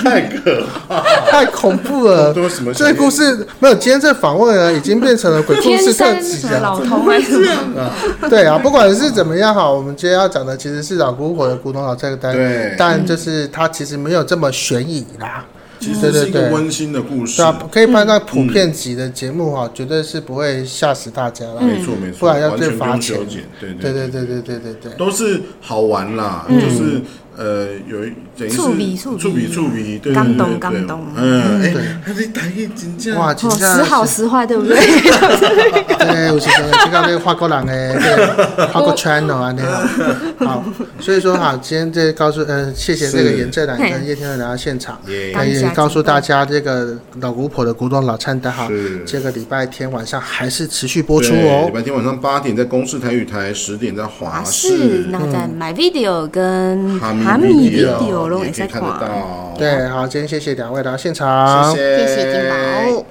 [SPEAKER 2] 太可怕了，
[SPEAKER 1] 太恐怖了
[SPEAKER 2] 都是什么！
[SPEAKER 1] 这个故事没有，今天这访问啊，已经变成了鬼故
[SPEAKER 4] 天
[SPEAKER 1] 事特
[SPEAKER 4] 生
[SPEAKER 1] 辑
[SPEAKER 4] 什么
[SPEAKER 1] 啊。
[SPEAKER 4] 老头还是什么？
[SPEAKER 1] 对啊，不管是怎么样哈，我们今天要讲的其实是老古火的古董老这个单
[SPEAKER 2] 对，
[SPEAKER 1] 但就是它其实没有这么悬疑啦。
[SPEAKER 2] 其
[SPEAKER 1] 对
[SPEAKER 2] 实
[SPEAKER 1] 对
[SPEAKER 2] 是一个
[SPEAKER 1] 对
[SPEAKER 2] 温馨的故事
[SPEAKER 1] 对，啊，嗯可以拍到普遍级的节目哈，绝对是不会吓死大家啦。
[SPEAKER 2] 没错没
[SPEAKER 1] 不
[SPEAKER 2] 错，
[SPEAKER 1] 然要
[SPEAKER 2] 完
[SPEAKER 1] 被
[SPEAKER 2] 全不
[SPEAKER 1] 罚
[SPEAKER 2] 用
[SPEAKER 1] 钱
[SPEAKER 2] 修剪，。对
[SPEAKER 1] 对
[SPEAKER 2] 对
[SPEAKER 1] 对对对对对对。
[SPEAKER 2] 都是好玩啦，就是呃，有一等于是
[SPEAKER 4] 嗯触鼻触鼻
[SPEAKER 2] 触笔触笔，对对
[SPEAKER 4] 感
[SPEAKER 2] 对
[SPEAKER 4] 动
[SPEAKER 2] 对，
[SPEAKER 4] 感动
[SPEAKER 2] 嗯，
[SPEAKER 1] 对
[SPEAKER 2] 哎，他这台语真正
[SPEAKER 1] 哇，
[SPEAKER 2] 哇，
[SPEAKER 1] 真
[SPEAKER 4] 哦，
[SPEAKER 1] 正
[SPEAKER 4] 时好
[SPEAKER 1] 是
[SPEAKER 4] 时坏，对不对？
[SPEAKER 1] 对，有时阵会去到那个法国人的那 *laughs* 个法国 channel 安尼吼，好，所以说 *laughs* 哈，今天这告诉，嗯、呃，谢谢这个
[SPEAKER 2] 是
[SPEAKER 1] 严正南跟叶天文来到现场，
[SPEAKER 2] 耶
[SPEAKER 1] 那也告诉大家这个老古婆的古董老餐单哈
[SPEAKER 2] 是，
[SPEAKER 1] 这个礼拜天晚上还是持续播出
[SPEAKER 2] 对
[SPEAKER 1] 哦
[SPEAKER 2] 礼。拜天晚上八点在公视台语台，十点在华
[SPEAKER 3] 啊是，
[SPEAKER 2] 视
[SPEAKER 3] 那在 My Video 跟
[SPEAKER 2] 啊哈
[SPEAKER 4] 米
[SPEAKER 2] 密
[SPEAKER 4] video 拢
[SPEAKER 2] 也可
[SPEAKER 4] 会
[SPEAKER 2] 以
[SPEAKER 4] 使
[SPEAKER 2] 看
[SPEAKER 4] 看
[SPEAKER 2] 得到。
[SPEAKER 1] 啊对，好，今天谢谢两位来到现场，
[SPEAKER 2] 谢
[SPEAKER 3] 谢谢金宝。